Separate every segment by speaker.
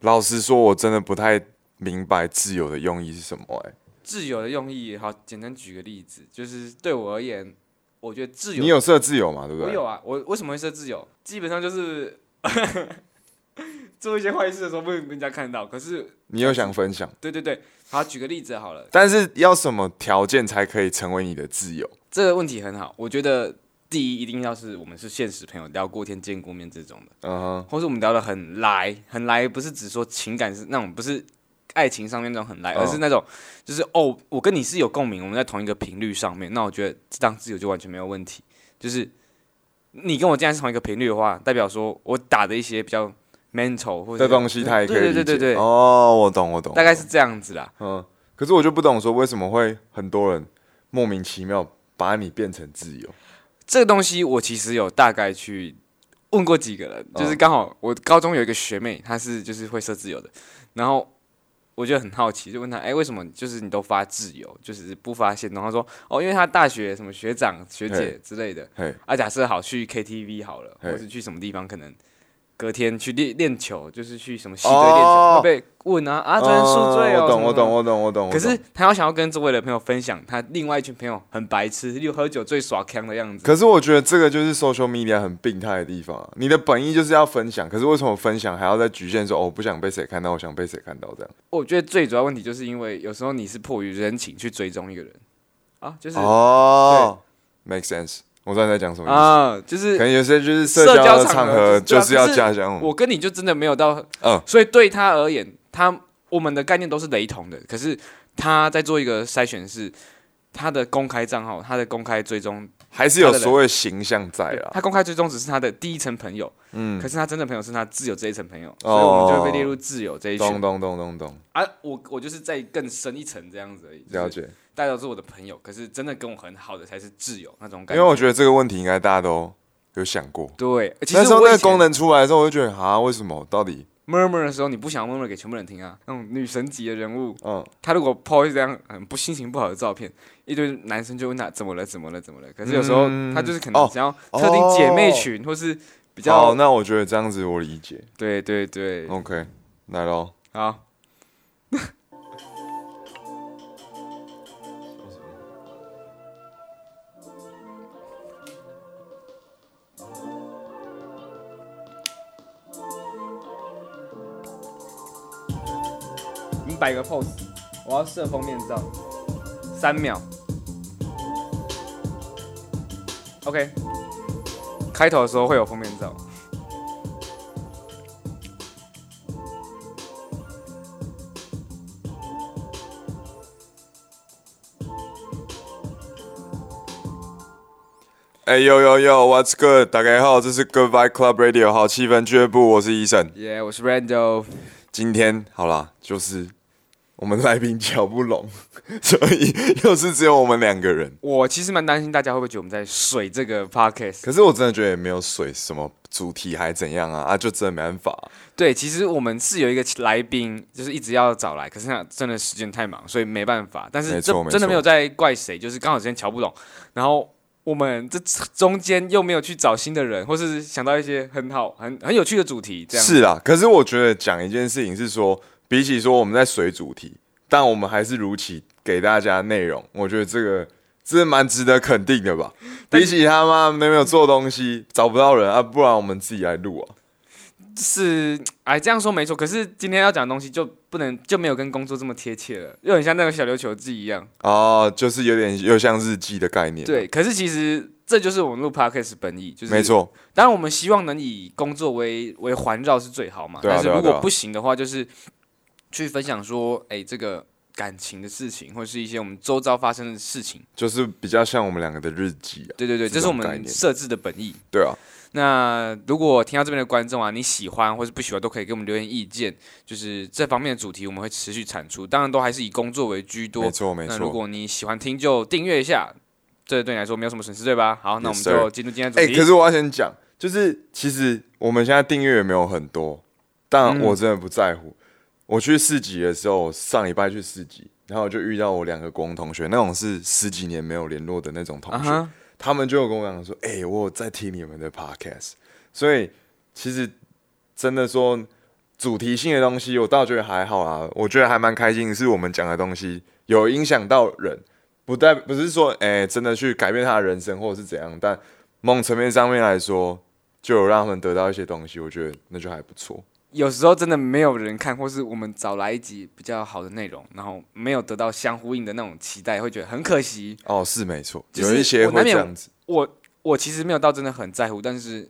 Speaker 1: 老实说，我真的不太明白自由的用意是什么、欸。哎，
Speaker 2: 自由的用意，好，简单举个例子，就是对我而言，我觉得自由，
Speaker 1: 你有设自由嘛？对不
Speaker 2: 我
Speaker 1: 对？
Speaker 2: 有啊，我为什么会设自由？基本上就是 做一些坏事的时候不能被人家看到。可是，
Speaker 1: 你有想分享，
Speaker 2: 对对对，好，举个例子好了，
Speaker 1: 但是要什么条件才可以成为你的自由？
Speaker 2: 这个问题很好，我觉得第一一定要是我们是现实朋友，聊过天、见过面这种的，
Speaker 1: 嗯哼，
Speaker 2: 或是我们聊得很来，很来，不是只说情感是那种，不是爱情上面那种很来，
Speaker 1: 嗯
Speaker 2: 而是那种就是哦，我跟你是有共鸣，我们在同一个频率上面，那我觉得这当自由就完全没有问题。就是你跟我既然是同一个频率的话，代表说我打的一些比较 mental 或者
Speaker 1: 这东西他也可以理解。
Speaker 2: 对对对对对
Speaker 1: 哦，我懂，我懂。
Speaker 2: 大概是这样子啦。
Speaker 1: 嗯，可是我就不懂说为什么会很多人莫名其妙把你变成自由。
Speaker 2: 这个东西我其实有大概去问过几个人，
Speaker 1: 嗯
Speaker 2: 就是刚好我高中有一个学妹，她是就是会设自由的，然后我就很好奇，就问她，哎，为什么就是你都发自由，就是不发现动？她说，哦，因为她大学什么学长学姐
Speaker 1: 嘿
Speaker 2: 之类的，
Speaker 1: 嘿，
Speaker 2: 啊，假设好去 KTV 好了，
Speaker 1: 嘿
Speaker 2: 或是去什么地方，可能隔天去练练球，就是去什么系队练球，
Speaker 1: 哦
Speaker 2: 会被问啊，啊，昨天宿醉
Speaker 1: 哦我
Speaker 2: 哦，什
Speaker 1: 懂，
Speaker 2: 么
Speaker 1: 我
Speaker 2: 什么
Speaker 1: 懂，我懂，我懂。
Speaker 2: 可
Speaker 1: 我
Speaker 2: 是
Speaker 1: 懂，
Speaker 2: 她要想要跟周围的朋友分享，她另外一群朋友很白痴，又喝酒醉耍腔的样子。
Speaker 1: 可是我觉得这个就是 social media 很病态的地方、啊。你的本意就是要分享，可是为什么分享还要在局限说哦，我不想被谁看到，我想被谁看到这样？
Speaker 2: 我觉得最主要问题就是因为有时候你是迫于人情去追踪一个人啊，就是、
Speaker 1: 哦，make sense。我知道你在讲什么意思。
Speaker 2: 啊，就
Speaker 1: 可
Speaker 2: 是
Speaker 1: 能有些就是
Speaker 2: 社
Speaker 1: 社
Speaker 2: 交
Speaker 1: 的
Speaker 2: 场
Speaker 1: 场
Speaker 2: 合
Speaker 1: 合，
Speaker 2: 就
Speaker 1: 就是是
Speaker 2: 对啊
Speaker 1: 要
Speaker 2: 可是
Speaker 1: 加强
Speaker 2: 我跟你就真的没有到，
Speaker 1: 嗯
Speaker 2: 所以对他而言，他我们的概念都是雷同的。可是他在做一个筛选是，他的公开账号，他的公开追踪，
Speaker 1: 还是有
Speaker 2: 他的人
Speaker 1: 所谓形象在啦。
Speaker 2: 他公开追踪只是他的第一层朋友，
Speaker 1: 啊嗯哦
Speaker 2: 可，是他真的朋友是他挚友这一层朋友，所以我们就会被列入挚友这一
Speaker 1: 懂
Speaker 2: 群。
Speaker 1: 懂懂懂懂，
Speaker 2: 啊，我我就是在更深一层这样子而已，
Speaker 1: 了
Speaker 2: 就是
Speaker 1: 解。
Speaker 2: 大家都是我的朋友，可是真的跟我很好的才是挚友那种
Speaker 1: 因
Speaker 2: 感
Speaker 1: 为
Speaker 2: 觉。
Speaker 1: 我觉得这个问题应该大家都有想过。
Speaker 2: 对，其实
Speaker 1: 那时候
Speaker 2: 我
Speaker 1: 那
Speaker 2: 以
Speaker 1: 个
Speaker 2: 前
Speaker 1: 功能出来的时候，我就觉得啊，为什么到底？
Speaker 2: murmur 的时候，你不想 murmur 给全部人听啊。那种女神级的人物，
Speaker 1: 嗯，
Speaker 2: 她如果 po 一张很不心情不好的照片，一堆男生就问她怎么了，怎么了，怎么了。可是有时候
Speaker 1: 嗯
Speaker 2: 她就是可能
Speaker 1: 哦
Speaker 2: 想要特定姐妹群，或是比
Speaker 1: 好，
Speaker 2: 较
Speaker 1: 那我觉得这样子我理解。
Speaker 2: 对对对，
Speaker 1: OK，来喽。
Speaker 2: 好，你摆个 pose，我要设封面照，三秒。OK，开头的时候会有封面照。
Speaker 1: 哎呦呦呦，What's good？大家好，这是 Good Vibe Club Radio 好气氛俱乐部，我是医生。
Speaker 2: 耶、我是 Randolph。
Speaker 1: 今天好啦，就是我们来宾瞧不拢， 所以又是只有我们两个人。
Speaker 2: 我其实蛮担心大家会不会觉得我们在水这个 podcast。
Speaker 1: 可是我真的觉得也没有水什么主题还怎样啊啊，就真的没办法、
Speaker 2: 对，其实我们是有一个来宾，就是一直要找来，可是那真的时间太忙，所以没办法。但是
Speaker 1: 没
Speaker 2: 这
Speaker 1: 错没错
Speaker 2: 真的没有在怪谁，就是刚好之前瞧不懂，然后我们这中间又没有去找新的人，或是想到一些很好、很很有趣的主题，这样
Speaker 1: 是啦，可是我觉得讲一件事情是说，比起说我们在水主题，但我们还是如期给大家内容，我觉得这个这蛮值得肯定的吧。
Speaker 2: 但
Speaker 1: 比
Speaker 2: 是
Speaker 1: 起他妈没有做东西，找不到人啊，不然我们自己来录啊。
Speaker 2: 是哎这样说没错。可是今天要讲的东西就不能就没有跟工作这么贴切了，又很像那个小琉球记一样。
Speaker 1: 哦，就是有点又像日记的概念。，啊
Speaker 2: 对，可是其实这就是我们录 podcast 本意，就是
Speaker 1: 没错，
Speaker 2: 当然，我们希望能以工作为为环绕是最好嘛。
Speaker 1: 对啊
Speaker 2: 但是
Speaker 1: 对啊
Speaker 2: 如
Speaker 1: 对
Speaker 2: 果
Speaker 1: 啊
Speaker 2: 不行的话，就是去分享说，哎、这个感情的事情，或是一些我们周遭发生的事情。
Speaker 1: 就是比较像我们两个的日记啊。
Speaker 2: 对对对，这
Speaker 1: 这
Speaker 2: 是我
Speaker 1: 种概
Speaker 2: 们
Speaker 1: 念
Speaker 2: 设置的本意。
Speaker 1: 对啊，
Speaker 2: 那如果听到这边的观众啊，你喜欢或是不喜欢，都可以给我们留言意见。就是这方面的主题，我们会持续产出，当然都还是以工作为居多
Speaker 1: 没。错没
Speaker 2: 那如
Speaker 1: 错。
Speaker 2: 果你喜欢听，就订阅一下，这对你来说没有什么损失，对吧？好，那我们
Speaker 1: Yes,
Speaker 2: 就
Speaker 1: sir
Speaker 2: 进入今天的
Speaker 1: 哎、
Speaker 2: 主题。
Speaker 1: 可是我要先讲，就是其实我们现在订阅也没有很多，但
Speaker 2: 嗯
Speaker 1: 我真的不在乎。我去市集的时候，我上礼拜去市集，然后我就遇到我两个国中同学，那种是十几年没有联络的那种同
Speaker 2: 啊
Speaker 1: 学
Speaker 2: 哈，
Speaker 1: 他们就有跟我讲说：“哎、我有在听你们的 podcast。”所以其实真的说，主题性的东西，我倒觉得还好啦，我觉得还蛮开心，是我们讲的东西有影响到人，不代不是说哎、真的去改变他的人生或者是怎样，但某种层面上面来说，就有让他们得到一些东西，我觉得那就还不错。
Speaker 2: 有时候真的没有人看，或是我们找来一集比较好的内容，然后没有得到相呼应的那种期待，会觉得很可惜。
Speaker 1: 哦，是没错，
Speaker 2: 就是
Speaker 1: 有一些
Speaker 2: 我
Speaker 1: 会这
Speaker 2: 难免
Speaker 1: 样子，
Speaker 2: 我我其实没有到真的很在乎，但是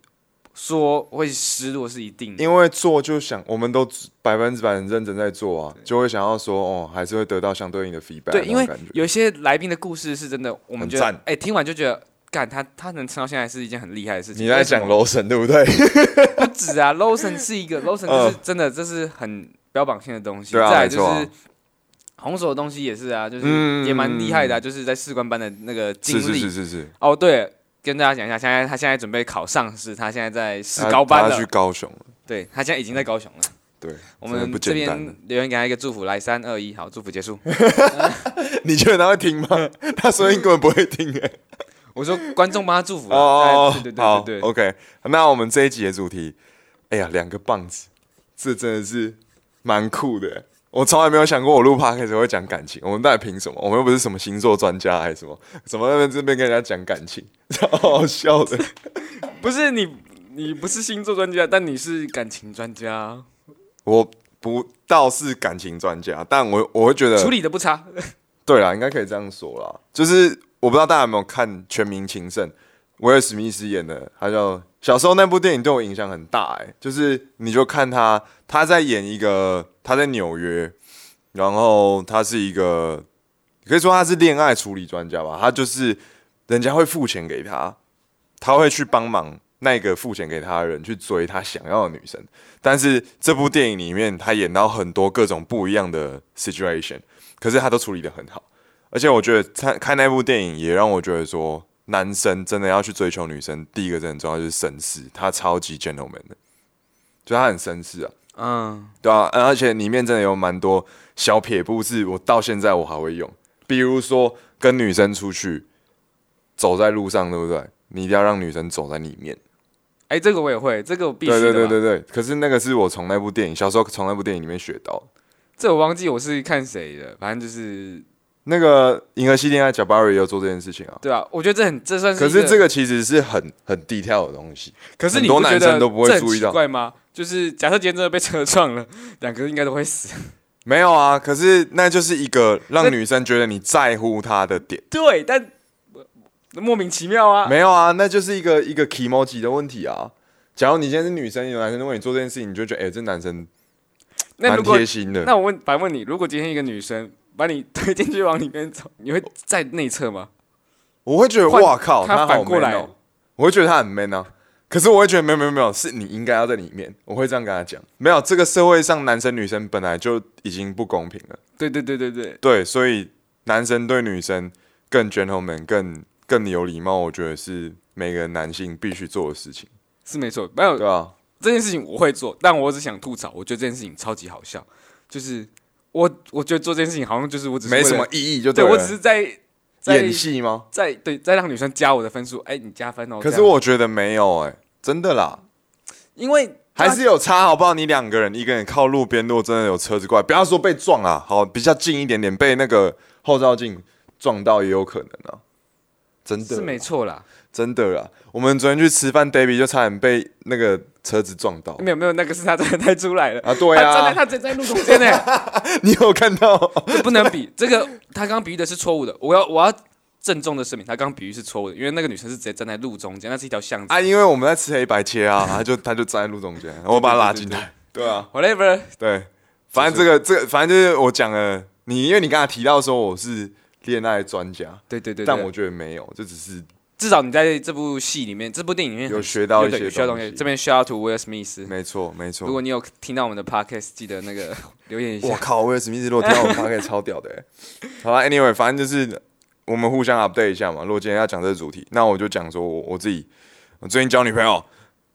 Speaker 2: 说会失落是一定的。
Speaker 1: 因为做就想，我们都百分之百很认真在做啊，就会想要说哦，还是会得到相对应的 feedback
Speaker 2: 对，
Speaker 1: 那
Speaker 2: 因
Speaker 1: 种
Speaker 2: 为
Speaker 1: 感觉。
Speaker 2: 有些来宾的故事是真的，我们
Speaker 1: 很
Speaker 2: 觉得
Speaker 1: 赞
Speaker 2: 哎、听完就觉得，干他他能撑到现在是一件很厉害的事情。
Speaker 1: 你在
Speaker 2: 为什
Speaker 1: 讲
Speaker 2: 么
Speaker 1: 楼神对不对？
Speaker 2: 不止啊 l o s o n 是 一个 l o s o n 就是真的，这是很标榜性的东西。
Speaker 1: 对啊
Speaker 2: 再来
Speaker 1: 没
Speaker 2: 就
Speaker 1: 错啊
Speaker 2: 是红手的东西也是啊，就是
Speaker 1: 嗯
Speaker 2: 也蛮厉害的、啊，就是在士官班的那个经
Speaker 1: 是
Speaker 2: 历。
Speaker 1: 是是是是，
Speaker 2: 哦，对，跟大家讲一下，现在他现在准备考上师，他现在在士
Speaker 1: 他
Speaker 2: 高班
Speaker 1: 他去
Speaker 2: 了，
Speaker 1: 高雄了，
Speaker 2: 对他现在已经在高雄了。
Speaker 1: 对，
Speaker 2: 我
Speaker 1: 真的
Speaker 2: 们
Speaker 1: 不
Speaker 2: 这
Speaker 1: 简单
Speaker 2: 边。留言给他一个祝福，来三二一，好，祝福结束。
Speaker 1: 你觉得他会 听吗？他说应根本不会听哎、
Speaker 2: 我说观众帮他祝福了，
Speaker 1: 哦，
Speaker 2: 对对
Speaker 1: 好
Speaker 2: 对对对，
Speaker 1: ，OK。那我们这一集的主题，哎呀，两个棒子，这真的是蛮酷的欸。我从来没有想过我录 podcast 会讲感情，我们到底凭什么？我们又不是什么星座专家还是什么，怎么在这边跟人家讲感情， 超好笑 的。
Speaker 2: 不是你，你不是星座专家，但你是感情专家，
Speaker 1: 我不倒是感情专家，但我我会觉得
Speaker 2: 处理的 不差。
Speaker 1: 对啦，应该可以这样说啦。就是我不知道大家有没有看《全民情圣》，威尔史密斯演的，他叫小时候那部电影对我影响很大、欸。就是你就看他，他在演一个他在纽约，然后他是一个，可以说他是恋爱处理专家吧。他就是人家会付钱给他，他会去帮忙那个付钱给他的人去追他想要的女生。但是这部电影里面，他演到很多各种不一样的 situation。可是他都处理的很好。而且我觉得看看那部电影也让我觉得说，男生真的要去追求女生，第一个真的很重要就是绅士，他超级 gentleman 的，就他很绅士啊，
Speaker 2: 嗯，
Speaker 1: 对啊，呃而且里面真的有蛮多小撇步，是我到现在我还会用，比如说跟女生出去，走在路上，对不对？你一定要让女生走在里面。
Speaker 2: 哎，这个我也会，这个我必须
Speaker 1: 对
Speaker 2: 的
Speaker 1: 对
Speaker 2: 吧。
Speaker 1: 对对对。可是那个是我从那部电影，小时候从那部电影里面学到的。
Speaker 2: 这我忘记我是看谁的，反正就是
Speaker 1: 那个《银河系恋爱》贾巴瑞也有做这件事情啊。
Speaker 2: 对吧、我觉得这很这算是
Speaker 1: 可
Speaker 2: 一
Speaker 1: 是这个其实是很很低调的东西，
Speaker 2: 可是
Speaker 1: 很
Speaker 2: 你
Speaker 1: 多
Speaker 2: 不觉
Speaker 1: 男
Speaker 2: 得
Speaker 1: 生都不会
Speaker 2: 这很
Speaker 1: 注意到
Speaker 2: 奇怪吗？就是假设今天真的被车撞了，两个人应该都会死。
Speaker 1: 没有啊。可是那就是一个
Speaker 2: 那
Speaker 1: 让女生觉得你在乎她的点，
Speaker 2: 对，但莫名其妙啊。
Speaker 1: 没有啊，那就是一个一个 emoji 的问题啊。假如你今天是女生，有男生为你做这件事情，你就觉得哎、这男生
Speaker 2: 那
Speaker 1: 蛮
Speaker 2: 如果
Speaker 1: 贴心的。
Speaker 2: 那我问反问你，如果今天一个女生把你推进去往里面走，你会在内侧吗？
Speaker 1: 我会觉得
Speaker 2: 换
Speaker 1: 哇靠，
Speaker 2: 他
Speaker 1: 他
Speaker 2: 反
Speaker 1: 好
Speaker 2: 过
Speaker 1: man
Speaker 2: 来
Speaker 1: 哦、我会觉得他很 man 啊。可是我会觉得没有没有没有，是你应该要在里面，我会这样跟他讲。没有，这个社会上男生女生本来就已经不公平了。
Speaker 2: 对对对对对，
Speaker 1: 对，所以男生对女生更 gentleman，更更有礼貌，我觉得是每个男性必须做的事情，
Speaker 2: 是没错。没有
Speaker 1: 对吧、
Speaker 2: 这件事情我会做，但我只想吐槽，我觉得这件事情超级好笑，就是我我觉得做这件事情好像就是我只是
Speaker 1: 没什
Speaker 2: 为了
Speaker 1: 么，意义，就
Speaker 2: 对
Speaker 1: 了
Speaker 2: 我只是在在
Speaker 1: 演戏吗？
Speaker 2: 再对再让女生加我的分数，哎、你加分哦。
Speaker 1: 可
Speaker 2: 这
Speaker 1: 是
Speaker 2: 样
Speaker 1: 我觉得没有哎、真的啦，
Speaker 2: 因为
Speaker 1: 还是有差好不好？你两个人，一个人靠路边，如果真的有车子过来，不要说被撞啊，好比较近一点点，被那个后照镜撞到也有可能啊，真的
Speaker 2: 是没错啦，
Speaker 1: 真的啦。我们昨天去吃饭，David 就差点被那个车子撞到
Speaker 2: 没有没有，那个是他真的太出来了。
Speaker 1: 啊，对
Speaker 2: 他站在
Speaker 1: 啊，
Speaker 2: 他站在路中间呢，
Speaker 1: 你有看到？
Speaker 2: 这 不能比。这个他刚刚比喻的是错误的，我要我要郑重的声明，他刚刚比喻是错误的，因为那个女生是直接站在路中间，那是一条巷子。
Speaker 1: 啊，因为我们在吃黑白切 啊，他就他就站在路中间，我把他拉进来。对啊，
Speaker 2: Whatever，
Speaker 1: 对，反正这个这个，反正就是我讲了，你因为你刚才提到说我是恋爱专家，
Speaker 2: 对对对对
Speaker 1: 但我觉得没有，这只是
Speaker 2: 至少你在这部戏里面，这部电影里面
Speaker 1: 有
Speaker 2: 很
Speaker 1: 学到一
Speaker 2: 对
Speaker 1: 些
Speaker 2: 有学到
Speaker 1: 东
Speaker 2: 东西。
Speaker 1: 西
Speaker 2: 这边 shout out to Will Smith，
Speaker 1: 没错没
Speaker 2: 如
Speaker 1: 错。
Speaker 2: 果你有听到我们的 podcast，记得那个留言一
Speaker 1: 我
Speaker 2: 下。
Speaker 1: 靠，威尔史密斯如果听到我发给超屌的、欸。 好了，anyway，反正就是我们互相 update 一下嘛。如果今天要讲这个主题，那我就讲说我我自己，我最近交女朋友，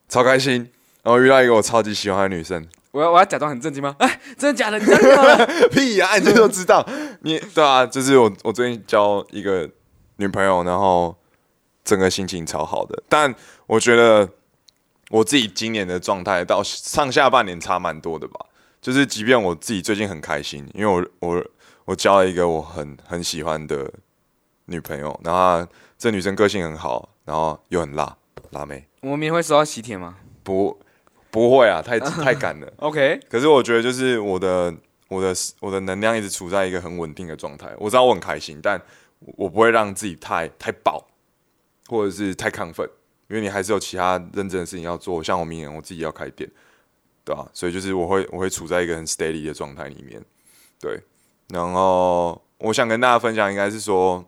Speaker 1: 超开心，然后遇到一个我超级喜欢的女生，
Speaker 2: 我要我要假装很震惊吗？哎，真的假的？你这 样干嘛
Speaker 1: 屁呀、你这都知道。你对啊，就是我，我最近交一个女朋友，然后整个心情超好的。但我觉得我自己今年的状态到上下半年差蛮多的吧。就是即便我自己最近很开心，因为我我我交了一个我很很喜欢的女朋友，然后她这女生个性很好，然后又很辣辣妹，
Speaker 2: 我们明天会收到喜帖吗
Speaker 1: 不不会啊，太太赶了。
Speaker 2: ？OK，
Speaker 1: 可是我觉得就是我的我的我的能量一直处在一个很稳定的状态。我知道我很开心，但我不会让自己太太爆，或者是太亢奋，因为你还是有其他认真的事情要做。像我明年我自己要开店，对吧、所以就是我会我会处在一个很 steady 的状态里面，对。然后我想跟大家分享，应该是说，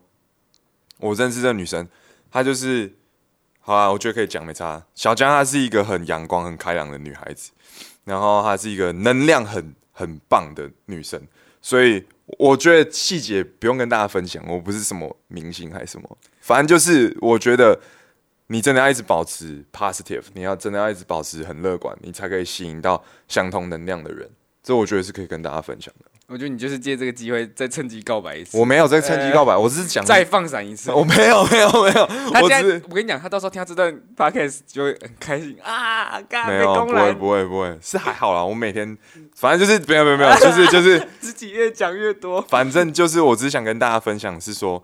Speaker 1: 我认识这个女生，她就是，好啦，我觉得可以讲没差。小江她是一个很阳光、很开朗的女孩子，然后她是一个能量很很棒的女生，所以我觉得细节不用跟大家分享，我不是什么明星还是什么，反正就是我觉得你真的要一直保持 positive，你要真的要一直保持很乐观，你才可以吸引到相同能量的人。这我觉得是可以跟大家分享的。
Speaker 2: 我觉得你就是借这个机会再趁机告白一次，
Speaker 1: 我没有在趁机
Speaker 2: 呃
Speaker 1: 告白，我只是讲
Speaker 2: 再放闪一 次。
Speaker 1: 我没有没有没有，
Speaker 2: 他
Speaker 1: 我
Speaker 2: 现
Speaker 1: 只
Speaker 2: 在
Speaker 1: 是，
Speaker 2: 我跟你讲，他到时候听到这段 podcast 就会很开心啊！干
Speaker 1: 没
Speaker 2: 被
Speaker 1: 有，
Speaker 2: 公
Speaker 1: 不会
Speaker 2: 然
Speaker 1: 不会不会，是还好啦。我每天反正就是没有没有没有，就是就是，
Speaker 2: 自己越讲越多。
Speaker 1: 反正就是我只想跟大家分享是说，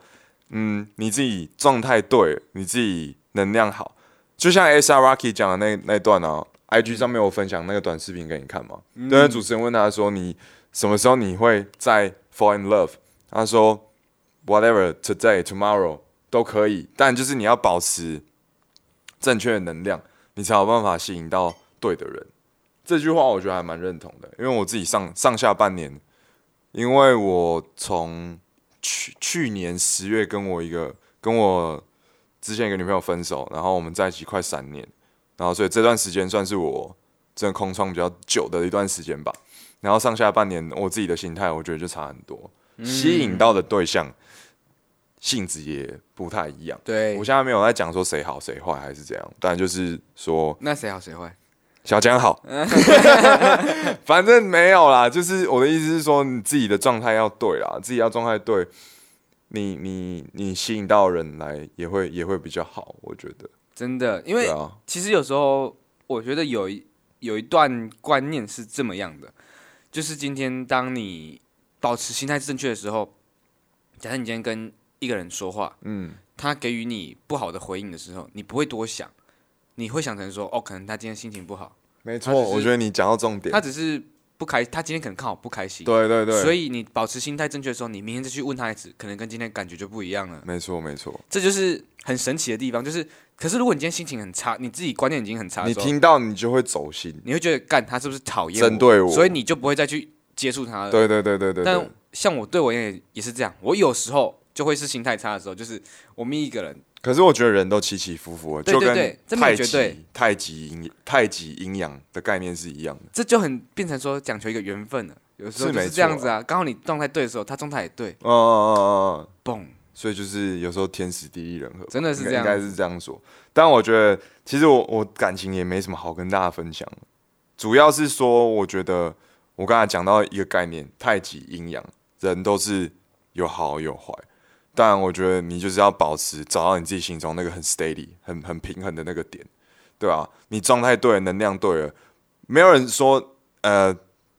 Speaker 1: 嗯，你自己状态对了，你自己能量好，就像 S R Rocky 讲的那那段啊，IG 上面我分享那个短视频给你看嘛，对、主持人问他说你什么时候你会再 fall in love，他说 whatever today tomorrow 都可以，但就是你要保持正确的能量，你才有办法吸引到对的人。这句话我觉得还蛮认同的，因为我自己上上下半年，因为我从去去年十月跟我一个跟我之前一个女朋友分手，然后我们在一起快三年，然后所以这段时间算是我真的空窗比较久的一段时间吧。然后上下半年我自己的心态，我觉得就差很多，吸引到的对象性质也不太一样。
Speaker 2: 对
Speaker 1: 我现在没有在讲说谁好谁坏还是怎样，但就是说
Speaker 2: 那谁好谁坏？
Speaker 1: 小江 好，反正没有啦，就是我的意思是说，你自己的状态要对啦，自己要状态对，你你你吸引到人来也会也会比较好，我觉得。
Speaker 2: 真的，因
Speaker 1: 对
Speaker 2: 为
Speaker 1: 啊，
Speaker 2: 其实有时候我觉得有一有一段观念是这么样的，就是今天当你保持心态正确的时候，假设你今天跟一个人说话，
Speaker 1: 嗯，
Speaker 2: 他给予你不好的回应的时候，你不会多想，你会想成说，哦，可能他今天心情不好，
Speaker 1: 没
Speaker 2: 错
Speaker 1: 错，我觉得你讲到重点
Speaker 2: 他。只是不开，他今天可能刚好不开心，
Speaker 1: 对对对，
Speaker 2: 所
Speaker 1: 以
Speaker 2: 以你保持心态正确的时候，你明天再去问他一次，可能跟今天感觉就不一样了。
Speaker 1: 没错没错，
Speaker 2: 这就是很神奇的地方，就是，可是如果你今天心情很差，你自己观念已经很差的
Speaker 1: 你
Speaker 2: 时候，
Speaker 1: 听到你就会走心。
Speaker 2: 你会觉得干他是不是讨厌
Speaker 1: 针对我
Speaker 2: 所以你就不会再去接触他了。
Speaker 1: 对对对对对对
Speaker 2: 但，像我对我也也是这样，我有时候就会是心态差的时候，就是我们一个人
Speaker 1: 可是我觉得人都起起伏伏，
Speaker 2: 对
Speaker 1: 就
Speaker 2: 对
Speaker 1: 跟
Speaker 2: 对这没有
Speaker 1: 太
Speaker 2: 绝
Speaker 1: 极
Speaker 2: 对
Speaker 1: 太极阴太极阴阳的概念是一样的。
Speaker 2: 这就很变成说讲求一个缘分了。有时候
Speaker 1: 是
Speaker 2: 就
Speaker 1: 没
Speaker 2: 是
Speaker 1: 错
Speaker 2: 这样子啊，刚好你状态对的时候，他状态也对，
Speaker 1: 嗯嗯嗯嗯嗯。
Speaker 2: 嘣，
Speaker 1: 所以就是有时候天时地利人和，
Speaker 2: 真的是这样
Speaker 1: 应该应该是这样说。但我觉得，其实我我感情也没什么好跟大家分享，主要是说，我觉得我刚才讲到一个概念，太极阴阳，人都是有好有坏，但我觉得你就是要保持找到你自己心中那个很 steady、很很平衡的那个点，对啊，你状态对了，能量对了，没有人说呃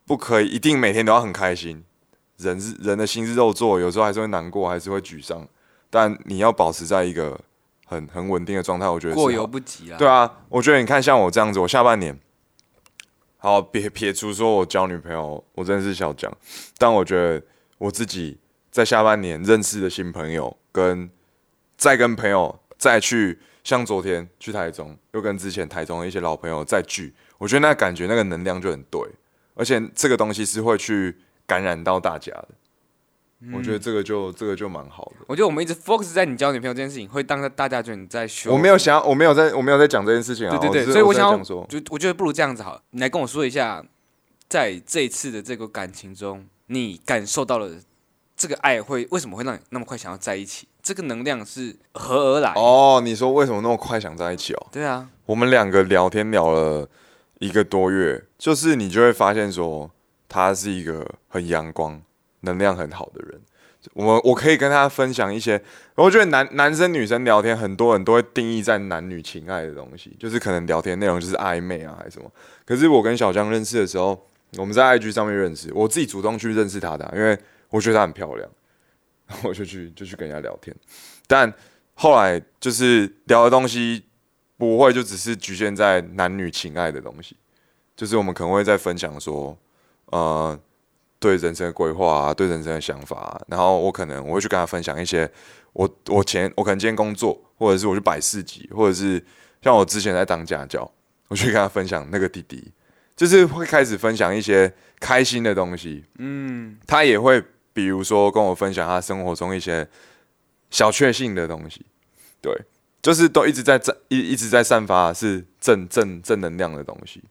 Speaker 1: 不可以，一定每天都要很开心。人是人的心是肉做，有时候还是会难过，还是会沮丧，但你要保持在一个很很稳定的状态，我觉得是
Speaker 2: 过
Speaker 1: 好
Speaker 2: 犹不及啦。
Speaker 1: 对啊，我觉得你看像我这样子，我下半年，好撇撇除说我交女朋友，我真的是小讲，但我觉得我自己在下半年认识的新朋友，跟再跟朋友再去，像昨天去台中，又跟之前台中的一些老朋友再聚，我觉得那感觉那个能量就很对，而且这个东西是会去感染到大家的，
Speaker 2: 嗯
Speaker 1: 我觉得这个就这个就蛮好的。
Speaker 2: 我觉得我们一直 focus 在你交女朋友这件事情，会让大家觉得你在修。
Speaker 1: 我没有想要，我没有在，我没有在讲这件事情啊。
Speaker 2: 对对对，
Speaker 1: 是
Speaker 2: 所以
Speaker 1: 我
Speaker 2: 我
Speaker 1: 是
Speaker 2: 想
Speaker 1: 在
Speaker 2: 要
Speaker 1: 讲说，
Speaker 2: 就我觉得不如这样子好了，你来跟我说一下，在这一次的这个感情中，你感受到了这个爱会为什么会让你那么快想要在一起？这个能量是何而来？
Speaker 1: 哦，你说为什么那么快想在一起哦？
Speaker 2: 对啊，
Speaker 1: 我们两个聊天聊了一个多月，就是你就会发现说，他是一个很阳光、能量很好的人。我们我可以跟他分享一些，我觉得男男生女生聊天，很多人都会定义在男女情爱的东西，就是可能聊天内容就是暧昧啊，还是什么。可是我跟小江认识的时候，我们在 IG 上面认识，我自己主动去认识她的啊、因为我觉得她很漂亮， 我就去就去跟人家聊天。但后来就是聊的东西不会就只是局限在男女情爱的东西，就是我们可能会在分享说，呃，对人生的规划啊，对人生的想法、啊，然后我可能我会去跟他分享一些我我前我可能今天工作，或者是我去摆市集，或者是像我之前在当家教，我去跟他分享那个弟弟，就是会开始分享一些开心的东西，嗯，他也会比如说跟我分享他生活中一些小确幸的东西，对，就是都一直在散一一直在散发是正正正能量的东西，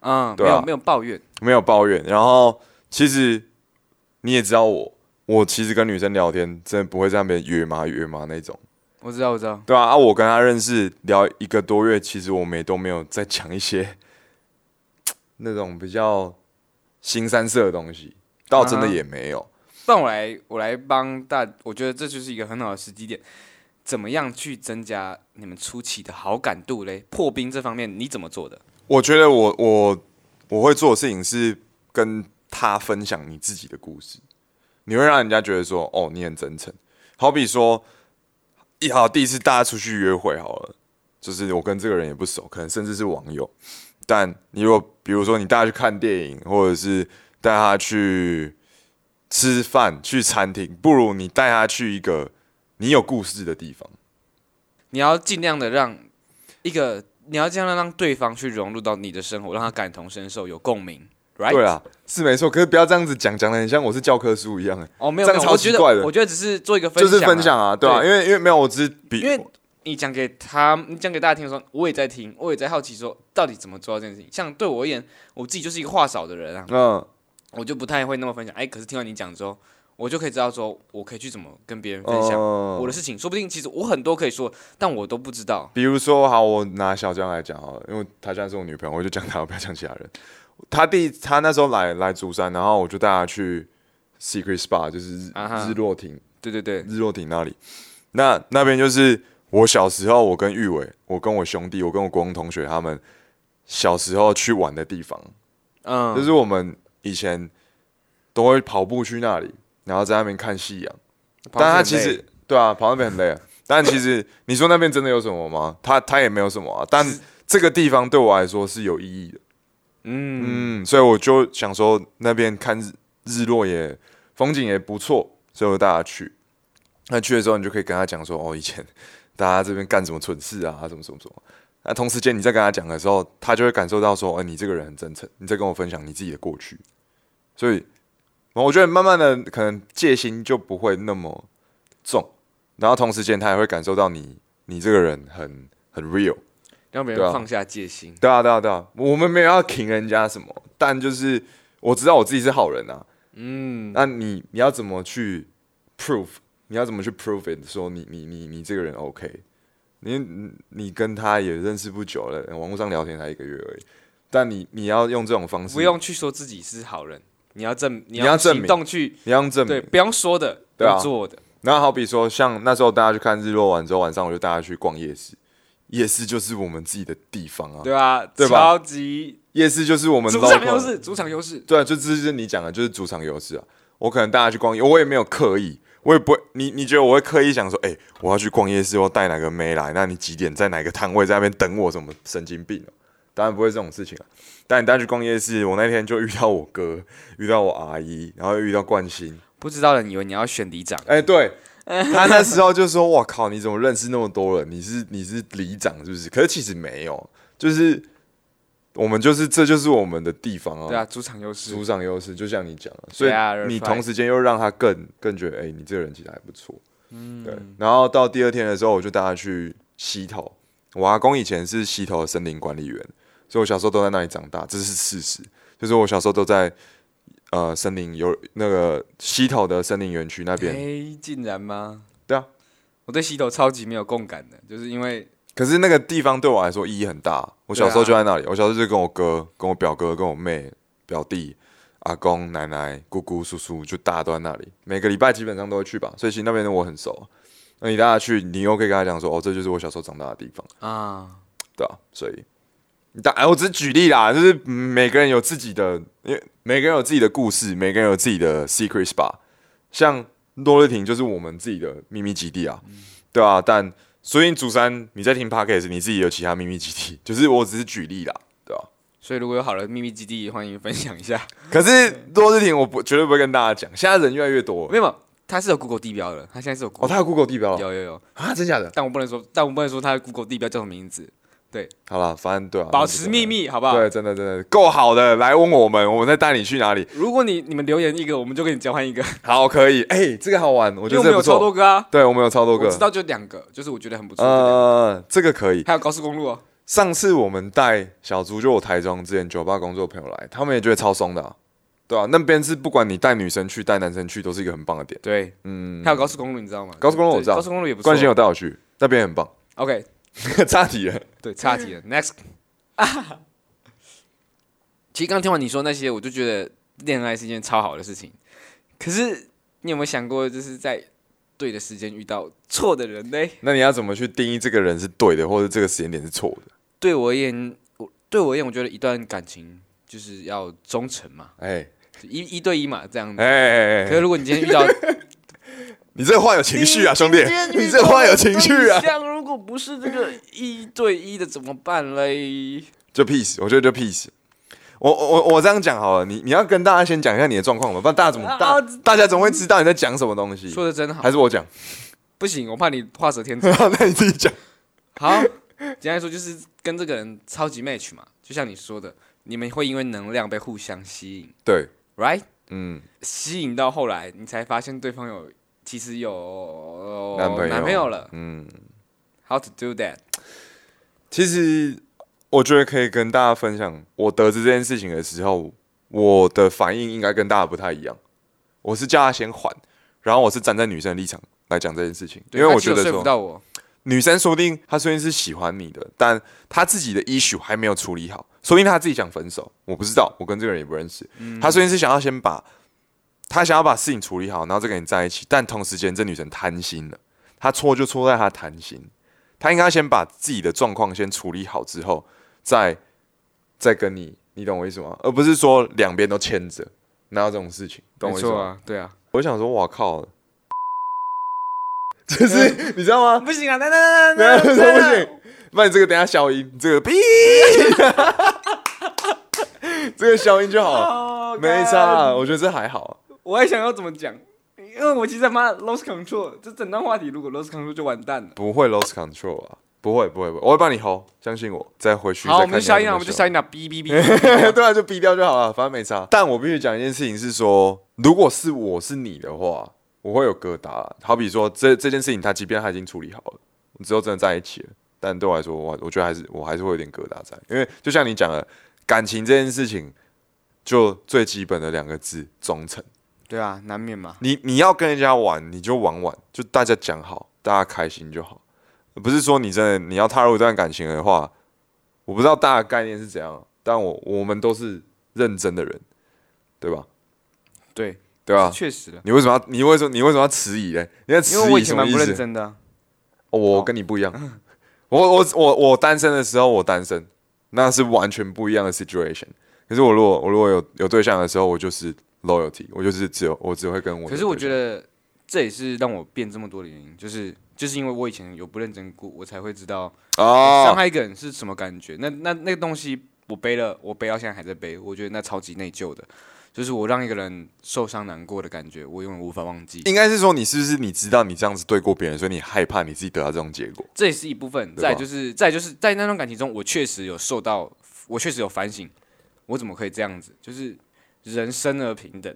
Speaker 2: 嗯，
Speaker 1: 对
Speaker 2: 没
Speaker 1: 啊
Speaker 2: 有没有抱怨，
Speaker 1: 没有抱怨。然后其实你也知道我，我其实跟女生聊天真的不会在那边约嘛约嘛那种，
Speaker 2: 我知道我知道，
Speaker 1: 对啊，啊，我跟她认识聊一个多月，其实我们也都没有在讲一些那种比较新三色的东西，倒真的
Speaker 2: 啊哈
Speaker 1: 也没有。
Speaker 2: 但我来我来帮大，我觉得这就是一个很好的时机点，怎么样去增加你们初期的好感度嘞？破冰这方面你怎么做的？
Speaker 1: 我觉得我我我会做的事情是跟他分享你自己的故事，你会让人家觉得说，哦，你很真诚。好比说，一好第一次大家出去约会好了，就是我跟这个人也不熟，可能甚至是网友，但你如果比如说你带他去看电影，或者是带他去吃饭、去餐厅，不如你带他去一个你有故事的地方。
Speaker 2: 你要尽量的让一个，你要尽量让对方去融入到你的生活，让他感同身受，有共鸣，right？
Speaker 1: 对啊，是没错，可是不要这样子讲，讲的很像我是教科书一样、欸。
Speaker 2: 哦，没有，
Speaker 1: 这样
Speaker 2: 没有
Speaker 1: 超
Speaker 2: 我
Speaker 1: 奇
Speaker 2: 觉得
Speaker 1: 怪的
Speaker 2: 我觉得只是做一个分
Speaker 1: 就
Speaker 2: 享、
Speaker 1: 是分享啊，对啊，因为因为没有，我只是比
Speaker 2: 因为你讲给他，你讲给大家听的时候，我也在听，我也在好奇说，到底怎么做到这件事情？像对我而言，我自己就是一个话少的人啊，
Speaker 1: 嗯，
Speaker 2: 我就不太会那么分享。哎，可是听完你讲之后，我就可以知道说，我可以去怎么跟别人分享
Speaker 1: 嗯
Speaker 2: 我的事情。说不定其实我很多可以说，但我都不知道。
Speaker 1: 比如说，好，我拿小江来讲好了，因为她现在是我女朋友，我就讲她，我不要讲其他人。她第她那时候来来竹山，然后我就带她去 Secret Spa，就是日
Speaker 2: 啊哈
Speaker 1: 日落亭，
Speaker 2: 对对对，
Speaker 1: 日落亭那里。那那边就是我小时候，我跟玉伟，我跟我兄弟，我跟我国中同学他们小时候去玩的地方。
Speaker 2: 嗯，
Speaker 1: 就是我们以前都会跑步去那里，然后在那边看夕阳。
Speaker 2: 跑
Speaker 1: 但他
Speaker 2: 得
Speaker 1: 其
Speaker 2: 很累
Speaker 1: 实对啊，跑那边很累啊。但其实你说那边真的有什么吗？他他也没有什么啊。但这个地方对我来说是有意义的。
Speaker 2: 嗯，
Speaker 1: 嗯，所以我就想说那边看日日落也风景也不错，所以我带他去。那去的时候，你就可以跟他讲说，哦，以前大家这边干什么蠢事啊，什么什么什么。那同时间你在跟他讲的时候，他就会感受到说，哎、你这个人很真诚，你在跟我分享你自己的过去。所以，我觉得慢慢的，可能戒心就不会那么重，然后同时间他也会感受到你，你这个人很很 real。
Speaker 2: 让别
Speaker 1: 对
Speaker 2: 人
Speaker 1: 啊
Speaker 2: 放下戒心。
Speaker 1: 对啊，对啊，对啊，我们没有要挺人家什么，但就是我知道我自己是好人啊。
Speaker 2: 嗯，
Speaker 1: 那你你要怎么去 prove？你要怎么去 prove it？说你你你你这个人 OK？你你你跟他也认识不久了，网络上聊天才一个月而已，但你你要用这种方式，
Speaker 2: 不用去说自己是好人，你要证，
Speaker 1: 你
Speaker 2: 你
Speaker 1: 要证
Speaker 2: 行
Speaker 1: 明
Speaker 2: 动去，
Speaker 1: 你要用证
Speaker 2: 对，
Speaker 1: 明。
Speaker 2: 不用说的，
Speaker 1: 对啊
Speaker 2: 用做的。
Speaker 1: 然后好比说，像那时候大家去看日落完之后，晚上我就带他去逛夜市，夜市就是我们自己的地方啊，
Speaker 2: 对吧？
Speaker 1: 对吧
Speaker 2: 超级
Speaker 1: 夜市就是我们
Speaker 2: 主场
Speaker 1: local
Speaker 2: 优势，主场优势。
Speaker 1: 对啊，就这就是你讲的，就是主场优势啊。我可能带他去逛夜，我也没有刻意，我也不会。你你觉得我会刻意想说，哎、我要去逛夜市，我带哪个妹来？那你几点在哪个摊位在那边等我？什么神经病哦、当然不会这种事情啊。但你带他去逛夜市，我那天就遇到我哥， 遇到我阿姨，然后又遇到冠希。
Speaker 2: 不知道的人以为你要选里长，
Speaker 1: 哎、 对他那时候就说：“我靠，你怎么认识那么多人？你是你是里长是不是？”可是其实没有，就是我们就是这就是我们的地方啊。
Speaker 2: 对啊，主场优势
Speaker 1: 主。场优势，就像你讲的，所以
Speaker 2: 对啊
Speaker 1: 你
Speaker 2: right
Speaker 1: 同时间又让他更更觉得，哎、你这个人其实还不错，
Speaker 2: 嗯
Speaker 1: 对。然后到第二天的时候，我就带他去溪头，我阿公以前是溪头的森林管理员，所以我小时候都在那里长大，这是事实，就是我小时候都在呃森林有那个溪头的森林园区那边，
Speaker 2: 哎，竟然吗？
Speaker 1: 对啊。
Speaker 2: 我对洗头超级没有共感的，就是因为
Speaker 1: 可是那个地方对我来说意义很大。我小时候就在那里，我小时候就跟我哥、跟我表哥、跟我妹、表弟，阿公、奶奶、姑姑、叔叔，就大家都在那里，每个礼拜基本上都会去吧，所以其实那边的我很熟。那你带他去，你又可以跟他讲说，哦，这就是我小时候长大的地方，
Speaker 2: 啊，
Speaker 1: 对啊，所以，但哎，我只是举例啦，就是每个人有自己的，因为每个人有自己的故事，每个人有自己的 secret spot。像落日亭就是我们自己的秘密基地啊，
Speaker 2: 嗯
Speaker 1: 对啊，但所以祖山你在听 podcast，你自己有其他秘密基地，就是我只是举例啦，对啊。
Speaker 2: 所以如果有好的秘密基地，欢迎分享一下。
Speaker 1: 可是落日亭我不绝对不会跟大家讲，现在人越来越多了
Speaker 2: 没有，它是有 Google 地标的，它现在是有
Speaker 1: 哦，
Speaker 2: Google，、
Speaker 1: 他有 Google 地标了
Speaker 2: 有有有，
Speaker 1: 啊，真假的？
Speaker 2: 但我不能说，但我不能说它的 Google 地标叫什么名字，
Speaker 1: 好了，反正对啊，
Speaker 2: 保持秘密，好不好？
Speaker 1: 对，真的真的够好的，来问我们，我们再带你去哪里？
Speaker 2: 如果你你们留言一个，我们就跟你交换一个，
Speaker 1: 好，可以，哎、这个好玩，我
Speaker 2: 我
Speaker 1: 觉
Speaker 2: 因为我
Speaker 1: 得
Speaker 2: 们
Speaker 1: 这不
Speaker 2: 有超多
Speaker 1: 错。
Speaker 2: 个啊，
Speaker 1: 对，我们有超多
Speaker 2: 我
Speaker 1: 个
Speaker 2: 知，道就两个，就是我觉得很不错的两个，
Speaker 1: 呃，这个可以。
Speaker 2: 还有高速公路哦，
Speaker 1: 上次我们带小猪，就我台中之前酒吧工作的朋友来，他们也觉得超松的啊、对啊，那边是不管你带女生去、带男生去，都是一个很棒的点。
Speaker 2: 对，
Speaker 1: 嗯，
Speaker 2: 还有高速公路，你知道吗？
Speaker 1: 高速公路我知道
Speaker 2: 对高速公路也不错
Speaker 1: 关。心有带我去，那边也很棒。
Speaker 2: OK，
Speaker 1: 差题了，
Speaker 2: 对，差题了。Next，其实刚听完你说那些，我就觉得恋爱是一件超好的事情。可是你有没有想过，就是在对的时间遇到错的人呢？
Speaker 1: 那你要怎么去定义这个人是对的，或者这个时间点是错的？
Speaker 2: 对我而言，我对我而言，我觉得一段感情就是要忠诚嘛，
Speaker 1: 哎
Speaker 2: 一一对一嘛，这样
Speaker 1: 哎
Speaker 2: 子。
Speaker 1: 哎哎
Speaker 2: 可是
Speaker 1: 哎，
Speaker 2: 如果你今天遇到
Speaker 1: 你这话有情绪啊，兄弟，你这话有情绪啊，
Speaker 2: 像如果不是这个一对一的怎么办嘞？
Speaker 1: 就 peace，我觉得就 peace。我我我我这样讲好了，你你要跟大家先讲一下你的状况吧，不然大家怎么大
Speaker 2: 啊
Speaker 1: 大家总会知道你在讲什么东西。
Speaker 2: 说的真好
Speaker 1: 还，是我讲？
Speaker 2: 不行，我怕你画蛇添足。
Speaker 1: 那你自己讲。
Speaker 2: 好，简单来说就是跟这个人超级 match 嘛，就像你说的，你们会因为能量被互相吸引
Speaker 1: 对，
Speaker 2: ，right？
Speaker 1: 嗯，
Speaker 2: 吸引到后来，你才发现对方有哦其实有
Speaker 1: 男朋友
Speaker 2: 了。
Speaker 1: 嗯，
Speaker 2: How to do that？
Speaker 1: 其实我觉得可以跟大家分享，我得知这件事情的时候，我的反应应该跟大家不太一样。我是叫他先缓，然后我是站在女生的立场来讲这件事情，因
Speaker 2: 对
Speaker 1: 为
Speaker 2: 他
Speaker 1: 我
Speaker 2: 其
Speaker 1: 觉
Speaker 2: 实
Speaker 1: 得
Speaker 2: 有说服
Speaker 1: 说，
Speaker 2: 到我，
Speaker 1: 女生说不定她说不定是喜欢你的，但她自己的 issue 还没有处理好，说不定她自己想分手，我不知道，我跟这个人也不认识。她说不定是想要先把，她想要把事情处理好，然后再跟你在一起，但同时间这女生贪心了，她错就错在她贪心，她应该先把自己的状况先处理好之后，再再跟你，你懂我意思吗？而不是说两边都牵着，哪有这种事情？懂
Speaker 2: 没
Speaker 1: 我意思吗？
Speaker 2: 错啊，对啊，
Speaker 1: 我想说，哇靠，就是 你知道吗？
Speaker 2: 不行啊，那那
Speaker 1: 没有，说 不行，不然你这个等一下消音，你这个哔， 这个消音就好了，
Speaker 2: 哦
Speaker 1: 没差啊，。我觉得这还好啊。
Speaker 2: 我还想要怎么讲，因为我其实他妈 lost control，这整段话题如果 lost control 就完蛋了。
Speaker 1: 不会 lose control 啊，不会不会不会，我会帮你 hold，相信我，再回去
Speaker 2: 好，
Speaker 1: 再
Speaker 2: 我
Speaker 1: 看
Speaker 2: 们就
Speaker 1: 你要
Speaker 2: 消音
Speaker 1: 怎
Speaker 2: 了，
Speaker 1: 么
Speaker 2: 我们就
Speaker 1: 修
Speaker 2: 消音了，哔哔哔。
Speaker 1: 对啊，就逼掉就好了，反正没差。但我必须讲一件事情是说，如果是我是你的话，我会有疙瘩啦。好比说这这件事情，他即便他已经处理好了，我们之后真的在一起了，但对我来说，我我觉得还是我还是会有点疙瘩在，因为就像你讲的，感情这件事情，就最基本的两个字忠诚。
Speaker 2: 对啊，难免嘛。
Speaker 1: 你你要跟人家玩，你就玩玩，就大家讲好，大家开心就好。不是说你真的你要踏入一段感情的话，我不知道大家的概念是怎样，但我我们都是认真的人，对吧？
Speaker 2: 对，
Speaker 1: 对吧？
Speaker 2: 确实的，
Speaker 1: 你为什么要你为什么你为什么要迟疑嘞？你在迟
Speaker 2: 因为我
Speaker 1: 疑
Speaker 2: 以
Speaker 1: 什
Speaker 2: 前
Speaker 1: 么
Speaker 2: 蛮
Speaker 1: 意
Speaker 2: 不认
Speaker 1: 思？
Speaker 2: 真的啊、
Speaker 1: 哦我跟你不一样，我我我我单身的时候我单身，那是完全不一样的 situation。可是我如果我如果有有对象的时候，我就是 loyalty，我就是只有我只会跟我。
Speaker 2: 可是我觉。得这也是让我变这么多的原因，就是就是因为我以前有不认真过，我才会知道哎
Speaker 1: 哦，
Speaker 2: 伤害一个人是什么感觉。那那那个东西我背了，我背到现在还在背，我觉得那超级内疚的，就是我让一个人受伤难过的感觉，我永远无法忘记。
Speaker 1: 应该是说你是不是你知道你这样子对过别人，所以你害怕你自己得到这种结果？
Speaker 2: 这也是一部分。
Speaker 1: 对吧
Speaker 2: 再就是，再就是在那段感情中，我确实有受到，我确实有反省，我怎么可以这样子？就是人生而平等，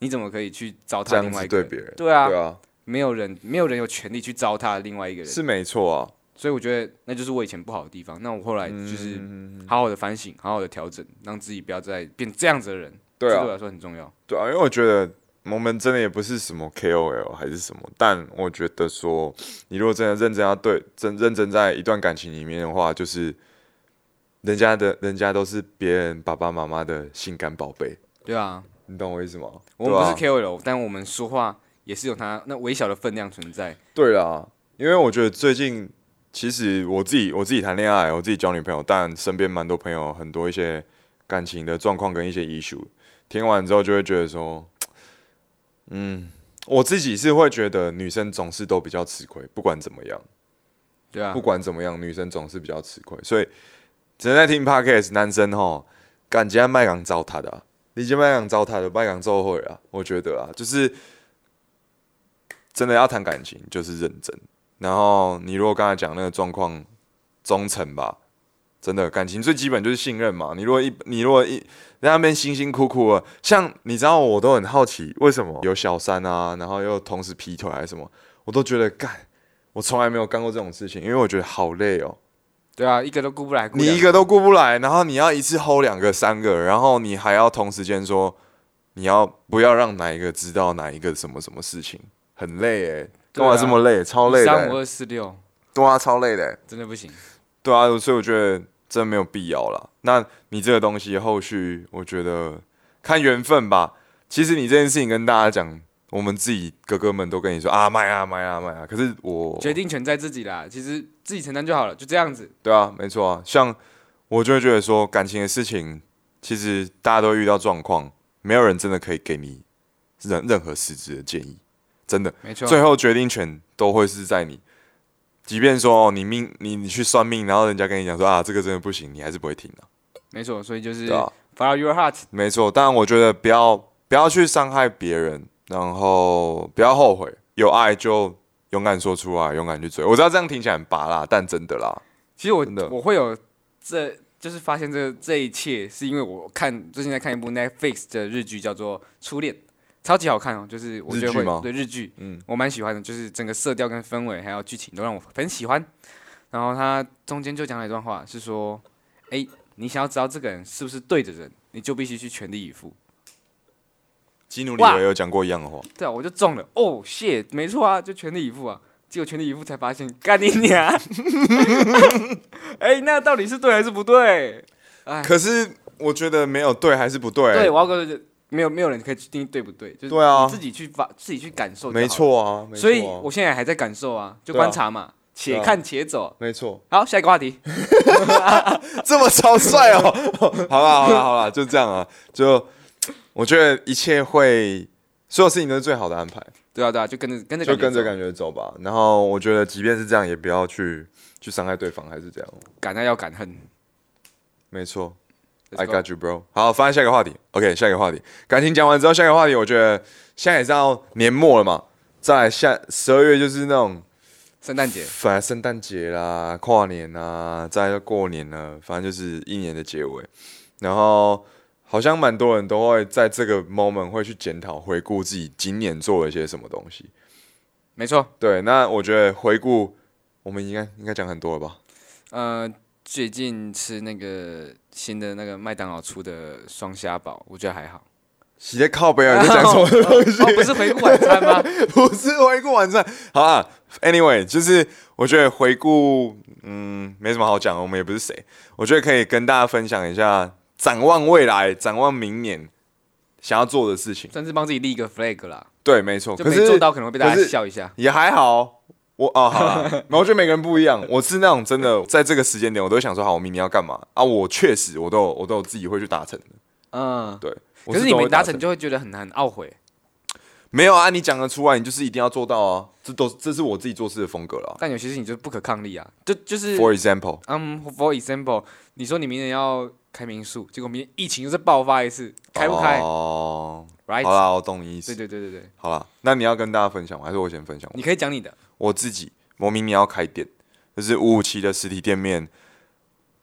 Speaker 2: 你怎么可以去糟
Speaker 1: 这
Speaker 2: 蹋
Speaker 1: 样
Speaker 2: 另外
Speaker 1: 子
Speaker 2: 一个
Speaker 1: 对
Speaker 2: 人？
Speaker 1: 别人，
Speaker 2: 对啊
Speaker 1: 对啊，
Speaker 2: 没有人，没有人有权利去糟蹋另外一个人。
Speaker 1: 是没错啊。
Speaker 2: 所以我觉得那就是我以前不好的地方。那我后来就是
Speaker 1: 嗯
Speaker 2: 好好的反省，好好的调整，让自己不要再变这样子的人。
Speaker 1: 对
Speaker 2: 这对我
Speaker 1: 啊，
Speaker 2: 来说很重要。
Speaker 1: 对啊，因为我觉得我们真的也不是什么 KOL 还是什么，但我觉得说，你如果真的认真要对真认真在一段感情里面的话，就是人家的人家都是别人爸爸妈妈的心肝宝贝，
Speaker 2: 对啊，
Speaker 1: 你懂我意思吗？
Speaker 2: 我们不是
Speaker 1: 对啊
Speaker 2: KOL，但我们说话也是有它那微小的分量存在。
Speaker 1: 对啦，因为我觉得最近其实我自己我自己谈恋爱，我自己交女朋友，但身边蛮多朋友很多一些感情的状况跟一些 issue，听完之后就会觉得说，嗯，我自己是会觉得女生总是都比较吃亏，不管怎么样，
Speaker 2: 对啊
Speaker 1: 不，管怎么样，女生总是比较吃亏，所以正在听 podcast 男生吼，感觉麦港糟蹋的、啊，你今麦港糟蹋的，麦港后悔啊，我觉得啊，就是真的要谈感情，就是认真。然后你如果刚才讲那个状况，忠诚吧，真的感情最基本就是信任嘛。你如果一你如果一在那边辛辛苦苦的，像你知道我都很好奇，为什么有小三啊，然后又同时劈腿还是什么，我都觉得干，我从来没有干过这种事情，因为我觉得好累哦。
Speaker 2: 对啊，一个都顾不来，顾
Speaker 1: 你
Speaker 2: 两
Speaker 1: 一个都顾不来，然后你要一次 hold 两个、三个，然后你还要同时间说你要不要让哪一个知道哪一个什么什么事情，很累哎、干嘛这么累？超累的、
Speaker 2: 三五
Speaker 1: 欸，
Speaker 2: 二四六，
Speaker 1: 对啊，超累的欸、
Speaker 2: 真的不行。
Speaker 1: 对啊，所以我觉得真的没有必要啦。那你这个东西后续，我觉得看缘分吧。其实你这件事情跟大家讲，我们自己哥哥们都跟你说啊，卖啊卖啊卖啊。可是我
Speaker 2: 决定权在自己啦，其实自己承担就好了，就这样子。
Speaker 1: 对啊，没错啊。像我就会觉得说，感情的事情，其实大家都会遇到状况，没有人真的可以给你任任何实质的建议，真的。
Speaker 2: 没错，
Speaker 1: 最后决定权都会是在你。即便说哦，你命你你去算命，然后人家跟你讲说啊，这个真的不行，你还是不会听的、
Speaker 2: 没错，所以就是
Speaker 1: 对啊。
Speaker 2: follow your heart。
Speaker 1: 没错，但我觉得不要不要去伤害别人，然后不要后悔，有爱就勇敢说出来，勇敢去追。我知道这样听起来很拔啦，但真的啦，
Speaker 2: 其实我
Speaker 1: 真的
Speaker 2: 我会有这就是发现这这一切，是因为我看最近在看一部 Netflix 的日剧，叫做《初恋》，超级好看哦。就是我觉得
Speaker 1: 日剧吗
Speaker 2: 会对日剧，嗯，我蛮喜欢的，就是整个色调跟氛围还有剧情都让我很喜欢。然后他中间就讲了一段话，是说，哎，你想要知道这个人是不是对的人，你就必须去全力以赴。
Speaker 1: 基努里维有讲过一样的话，
Speaker 2: 对啊，我就中了。哦、shit，没错啊，就全力以赴啊。结果全力以赴才发现，干你娘！ 哎、那到底是对还是不对？
Speaker 1: 可是我觉得没有对还是不对，
Speaker 2: 哎对，我要跟没有没有人可以去定义对不对，就是
Speaker 1: 对啊
Speaker 2: 你自己去发，自己去感受。
Speaker 1: 没，错啊，没错啊
Speaker 2: 所以我现在还在感受啊，就
Speaker 1: 对啊
Speaker 2: 观察嘛，且看且走。
Speaker 1: 没错，
Speaker 2: 好，下一个话题。
Speaker 1: 这么超帅哦， 好啦好啦好啦，就这样啊，就我觉得一切会，所有事情都是最好的安排。
Speaker 2: 对啊，对啊，就跟着跟着
Speaker 1: 就跟着
Speaker 2: 感
Speaker 1: 感
Speaker 2: 觉
Speaker 1: 觉走吧。然后我觉得，即便是这样，也不要去去伤害对方，还是这样。
Speaker 2: 走，敢爱要敢恨。
Speaker 1: 没错
Speaker 2: Let's
Speaker 1: ，I
Speaker 2: go
Speaker 1: got you, bro。好，翻下一个话题。OK，下一个话题，感情讲完之后，下一个话题，我觉得现在也是要年末了嘛，再来下十二月就是那种
Speaker 2: 圣诞节，
Speaker 1: 反正圣诞节啦、跨年啊，再来就过年了，反正就是一年的结尾。然后好像蛮多人都会在这个 moment 会去检讨、回顾自己今年做了一些什么东西。
Speaker 2: 没错。
Speaker 1: 对，那我觉得回顾我们应该应该讲很多了吧？
Speaker 2: 呃，最近吃那个新的那个麦当劳出的双虾堡，我觉得还好。
Speaker 1: 洗在靠北尔就讲什么东西？
Speaker 2: 哦，不是回顾晚餐吗？
Speaker 1: 不是回顾完善，好啊。Anyway，就是我觉得回顾，嗯，没什么好讲，我们也不是谁，我觉得可以跟大家分享一下，展望未来，展望明年想要做的事情。
Speaker 2: 算是帮自己立一个 flag 啦，
Speaker 1: 对，没错，
Speaker 2: 就
Speaker 1: 哦可
Speaker 2: 没
Speaker 1: 是
Speaker 2: 做到可能会被大
Speaker 1: 可
Speaker 2: 家
Speaker 1: 是
Speaker 2: 笑一下。
Speaker 1: 也还好。我哦，好啦，我觉得每个人不一样。我是那种真的在这个时间点，我都会想说，好，我明年要干嘛啊？我确实，我都有我都有自己会去达成的。
Speaker 2: 嗯，
Speaker 1: 对，我
Speaker 2: 可是
Speaker 1: 都
Speaker 2: 你
Speaker 1: 会
Speaker 2: 没达
Speaker 1: 成
Speaker 2: 成就会觉得很很懊悔。
Speaker 1: 没有啊，你讲得出来，你就是一定要做到啊，这都这是我自己做事的风格了。
Speaker 2: 但有些事情就是不可抗力啊，就就是
Speaker 1: For example，
Speaker 2: 嗯、f o r example，你说你明年要开民宿，结果明年疫情又再爆发一次，开不开、
Speaker 1: 哦，
Speaker 2: r i g
Speaker 1: 好
Speaker 2: h
Speaker 1: 啦，我懂你意
Speaker 2: t
Speaker 1: 思。
Speaker 2: 对对对对对，
Speaker 1: 好啦，那你要跟大家分享吗，还是我先分享？
Speaker 2: 你可以讲你的，
Speaker 1: 我自己，我明年要开店，就是五五七的实体店面，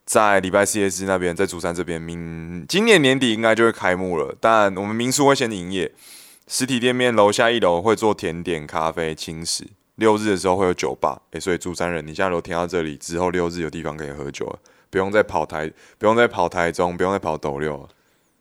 Speaker 1: 在礼拜 CS 那边，在竹山这边，明今年年底应该就会开幕了。但我们民宿会先营业，实体店面楼下一楼会做甜点、咖啡、轻食。六日的时候会有酒吧，诶、所以竹山人，你现在都听到这里之后，六日有地方可以喝酒了，不用再跑台，不用再跑台中，不用再跑斗六了，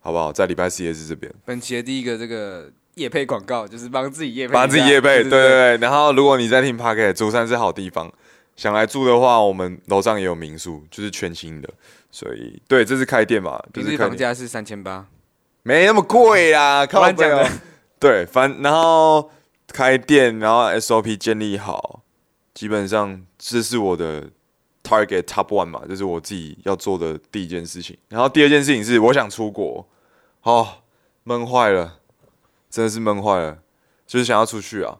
Speaker 1: 好不好？在礼拜 CS 这边。
Speaker 2: 本期的第一个这个夜配广告就是帮自己夜配一下，
Speaker 1: 把自己夜配，对
Speaker 2: 对
Speaker 1: 对对。然后如果你在听 p a r k e t 竹山是好地方，想来住的话，我们楼上也有民宿，就是全新的，所以对，这是开店嘛，就
Speaker 2: 平
Speaker 1: 是
Speaker 2: 日
Speaker 1: 开
Speaker 2: 房
Speaker 1: 店。
Speaker 2: 价是三千八，
Speaker 1: 没那么贵 啦，靠
Speaker 2: 乱讲
Speaker 1: 背哦
Speaker 2: 的。
Speaker 1: 对，反然后开店，然后 SOP 建立好，基本上这是我的 target top one 嘛，就是我自己要做的第一件事情。然后第二件事情是我想出国，哦，闷坏了，真的是闷坏了，就是想要出去啊。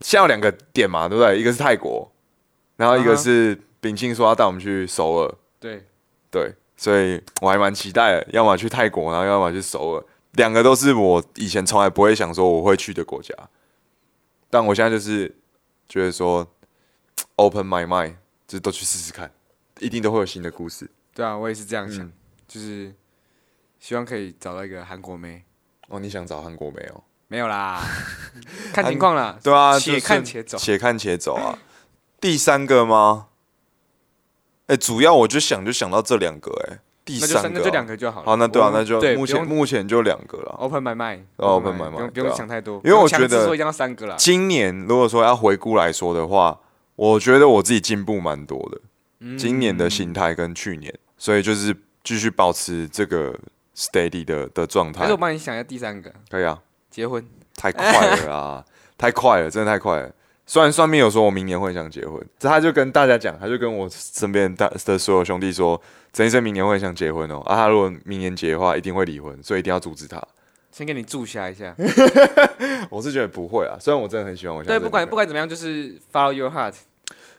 Speaker 1: 现在有两个点嘛，对不对？一个是泰国，然后一
Speaker 2: 啊
Speaker 1: 个
Speaker 2: 哈
Speaker 1: 是秉庆说要带我们去首尔。
Speaker 2: 对，
Speaker 1: 对，所以我还蛮期待的，要么去泰国，然后要么去首尔，两个都是我以前从来不会想说我会去的国家，但我现在就是觉得说 open my mind，就是都去试试看，一定都会有新的故事。
Speaker 2: 对啊，我也是这样
Speaker 1: 嗯
Speaker 2: 想，就是希望可以找到一个韩国妹。
Speaker 1: 哦，你想找韩国没有？
Speaker 2: 没有啦， 看情况啦。
Speaker 1: 对啊，
Speaker 2: 且
Speaker 1: 就是
Speaker 2: 看且走
Speaker 1: 且看且走啊。第三个吗？哎、主要我就想就想到这两个、哎，第
Speaker 2: 那就
Speaker 1: 三
Speaker 2: 三
Speaker 1: 个、
Speaker 2: 个就两。个就好了。
Speaker 1: 好，那对啊，
Speaker 2: 我
Speaker 1: 那就
Speaker 2: 对
Speaker 1: 目
Speaker 2: 不
Speaker 1: 前
Speaker 2: 用
Speaker 1: 目前就两个了。
Speaker 2: open my mind，
Speaker 1: 哦，open my
Speaker 2: 不用
Speaker 1: mind，
Speaker 2: 不
Speaker 1: 对
Speaker 2: 用
Speaker 1: 啊
Speaker 2: 想太多，
Speaker 1: 因为我
Speaker 2: 强
Speaker 1: 觉
Speaker 2: 制
Speaker 1: 得
Speaker 2: 说一定要三个啦。
Speaker 1: 今年如果说要回顾来说的话，我觉得我自己进步蛮多的，
Speaker 2: 嗯
Speaker 1: 今年的心态跟去年，所以就是继续保持这个 steady 的的状
Speaker 2: 还
Speaker 1: 态
Speaker 2: 是我，帮你想一下第三个，
Speaker 1: 可以啊，
Speaker 2: 结婚。
Speaker 1: 太快了 啦，太快了，真的太快了。虽然算命有说我明年会想结婚，这他就跟大家讲，他就跟我身边大的所有兄弟说，陈医生明年会想结婚哦，啊，他如果明年结的话，一定会离婚，所以一定要阻止他。
Speaker 2: 先给你注下一下，
Speaker 1: 我是觉得不啊会啊，啊虽然我真的很喜欢我现在
Speaker 2: 对，
Speaker 1: 这
Speaker 2: 不
Speaker 1: 个
Speaker 2: 管
Speaker 1: 人
Speaker 2: 不管怎么样，就是 follow your heart，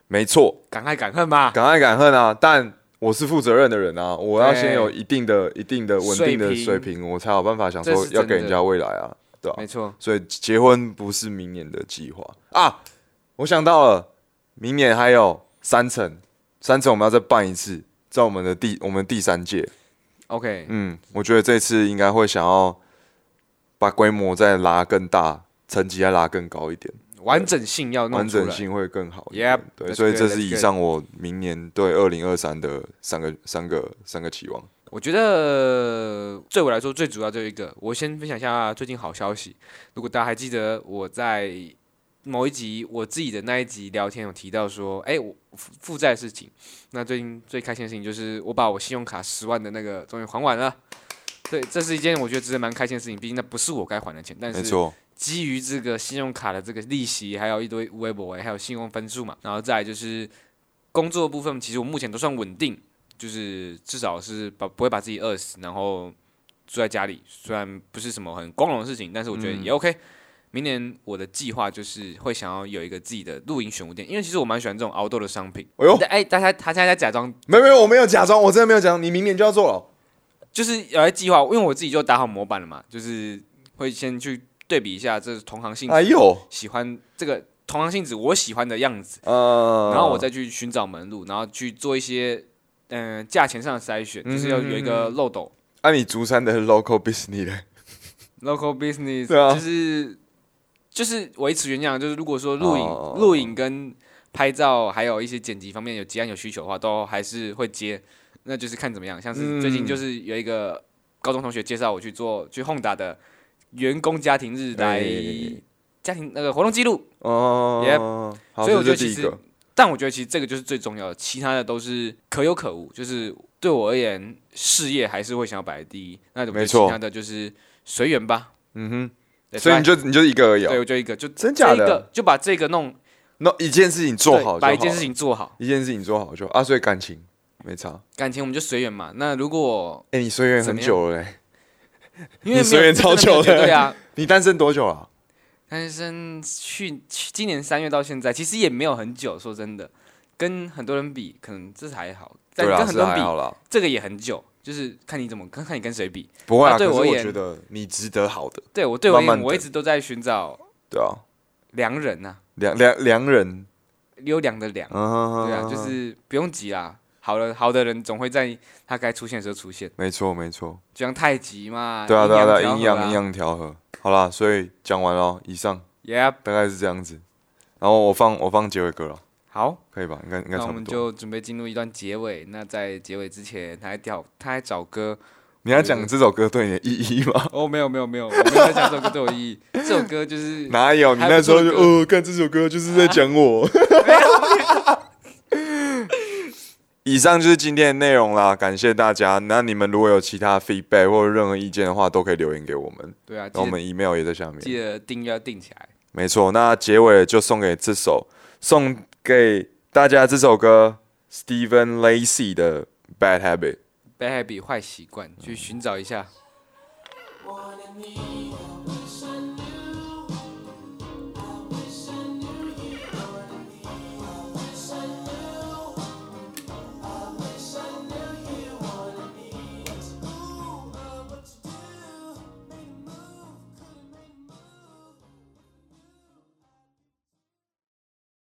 Speaker 1: 没错，
Speaker 2: 敢爱敢恨嘛，
Speaker 1: 敢爱敢恨啊，但我是负责任的人啊，我要先有一定的、一定的稳定的水
Speaker 2: 水
Speaker 1: 平，我才有办法想
Speaker 2: 这
Speaker 1: 说
Speaker 2: 是真
Speaker 1: 要
Speaker 2: 的
Speaker 1: 给人家未来啊，对吧、
Speaker 2: 没错。
Speaker 1: 所以结婚不是明年的计划啊，我想到了，明年还有三层，三层我们要再办一次，在我们的第我们第三届，
Speaker 2: OK，
Speaker 1: 嗯，我觉得这次应该会想要把规模再拉更大，层级再拉更高一点。
Speaker 2: 完整性要弄
Speaker 1: 完
Speaker 2: 出
Speaker 1: 整
Speaker 2: 来。
Speaker 1: 性会更好一
Speaker 2: Yep,
Speaker 1: 点。对，
Speaker 2: that's
Speaker 1: 所以
Speaker 2: good,
Speaker 1: 这是
Speaker 2: that's
Speaker 1: 以
Speaker 2: good.
Speaker 1: 上我明年对二零二三的三个三个三个期望。
Speaker 2: 我觉得对我来说最主要就一个，我先分享一下最近好消息。如果大家还记得我在某一集我自己的那一集聊天有提到说，哎、我负负债的事情。那最近最开心的事情就是我把我信用卡十万的那个终于还完了。对，这是一件我觉得值得蛮开心的事情，毕竟那不是我该还的钱，但
Speaker 1: 没
Speaker 2: 是
Speaker 1: 错，
Speaker 2: 基于这个信用卡的这个利息，还有一堆微博，还有信用分数嘛，然后再来就是工作部分，其实我目前都算稳定，就是至少是把不会把自己饿死，然后住在家里，虽然不是什么很光荣的事情，但是我觉得
Speaker 1: 嗯
Speaker 2: 也 OK。明年我的计划就是会想要有一个自己的露营选物店，因为其实我蛮喜欢这种 outdoor 的商品。
Speaker 1: 哎呦，
Speaker 2: 哎，大家他现在在假装
Speaker 1: 没有没有，我没有假装，我真的没有假装，你明年就要做了。
Speaker 2: 就是有在计划，因为我自己就打好模板了嘛，就是呃会先去对比一下这同行性质
Speaker 1: 哎呦，
Speaker 2: 喜欢这个同行性质我喜欢的样子，
Speaker 1: 呃，
Speaker 2: 然后我再去寻找门路，然后去做一些嗯、呃价钱上的筛选，
Speaker 1: 嗯
Speaker 2: 就是要有一个漏斗。
Speaker 1: 按啊你竹山的 local business 呢
Speaker 2: local business
Speaker 1: 对啊
Speaker 2: 就是就是维持原样，就是如果说录影、
Speaker 1: 哦
Speaker 2: 录影跟拍照还有一些剪辑方面有结案有需求的话，都还是会接，那就是看怎么样。像是最近
Speaker 1: 嗯
Speaker 2: 就是有一个高中同学介绍我去做去 Honda 的员工家庭日来
Speaker 1: 哎
Speaker 2: 家庭那个活动记录，
Speaker 1: 哦，好
Speaker 2: 所以我
Speaker 1: 这
Speaker 2: 觉得
Speaker 1: 是
Speaker 2: 其
Speaker 1: 第一
Speaker 2: 实
Speaker 1: 个，
Speaker 2: 但我觉得其实这个就是最重要的，其他的都是可有可无。就是对我而言，事业还是会想要摆在第一。那我觉得
Speaker 1: 没错
Speaker 2: 其他的就是随缘吧。
Speaker 1: 嗯
Speaker 2: That's
Speaker 1: 哼，所以
Speaker 2: right
Speaker 1: 你就你就一个而已
Speaker 2: 对，
Speaker 1: 哦。
Speaker 2: 我就一个，就
Speaker 1: 真假的
Speaker 2: 这一个就把这个弄
Speaker 1: 那一件事情做
Speaker 2: 对
Speaker 1: 好，
Speaker 2: 把一件事，情做好。
Speaker 1: 一件事情做好就好啊，所以感情没差。
Speaker 2: 感情我们就随缘嘛。那如果
Speaker 1: 哎，你随缘很
Speaker 2: 怎么样
Speaker 1: 久了嘞，
Speaker 2: 因为没有
Speaker 1: 你随缘超久的
Speaker 2: 真没有绝对啊。
Speaker 1: 你单身多久了？
Speaker 2: 单身去去今年三月到现在，其实也没有很久。说真的，跟很多人比，可能这是还好，但
Speaker 1: 对啦，
Speaker 2: 跟很
Speaker 1: 是
Speaker 2: 多人
Speaker 1: 还好
Speaker 2: 比，
Speaker 1: 啦，
Speaker 2: 这个也很久。就是看你怎么看，看你跟谁比。
Speaker 1: 不会啊。
Speaker 2: 那对
Speaker 1: 可是
Speaker 2: 我而
Speaker 1: 我
Speaker 2: 言
Speaker 1: 觉得你值得好的，
Speaker 2: 对我对我而言，
Speaker 1: 慢慢等
Speaker 2: 我一直都在寻找
Speaker 1: 对啊，
Speaker 2: 良人呐、
Speaker 1: 良良良人
Speaker 2: 优良的良。
Speaker 1: 啊
Speaker 2: 对啊，就是不用急啦。好了，好的人总会在他该出现的时候出现，
Speaker 1: 没错没错，
Speaker 2: 就像太极嘛。
Speaker 1: 对啊对啊对啊，阴
Speaker 2: 阴阳
Speaker 1: 阳阴
Speaker 2: 调和啊
Speaker 1: 阳调和。好啦，所以讲完了，哦以上
Speaker 2: Yep，
Speaker 1: 大概是这样子。然后我放我放结尾歌了，
Speaker 2: 好，
Speaker 1: 可以吧？应该应该
Speaker 2: 那
Speaker 1: 差
Speaker 2: 我
Speaker 1: 不
Speaker 2: 们
Speaker 1: 多。
Speaker 2: 就准备进入一段结尾。那在结尾之前，他还调，他还找歌。
Speaker 1: 你要讲这首歌对你的意义 吗？
Speaker 2: 哦，没有没有没有，我没有在讲这首歌对我意义。这首歌就是
Speaker 1: 哪有？你
Speaker 2: 还不
Speaker 1: 那时候
Speaker 2: 错
Speaker 1: 就
Speaker 2: 的
Speaker 1: 哦，看这首歌就是在讲我。 以上就是今天的内容啦，感谢大家。那你们如果有其他 feedback 或者任何意见的话，都可以留言给我们，
Speaker 2: 对啊，
Speaker 1: 然后我
Speaker 2: 记得
Speaker 1: 们 email 也在下面。
Speaker 2: 记得订阅要订起来。
Speaker 1: 没错，那结尾就送给这首，送给大家这首歌，Stephen Lacy 的《Bad Habit》。
Speaker 2: Bad habit 坏习惯，去寻找一下。
Speaker 3: 我的你。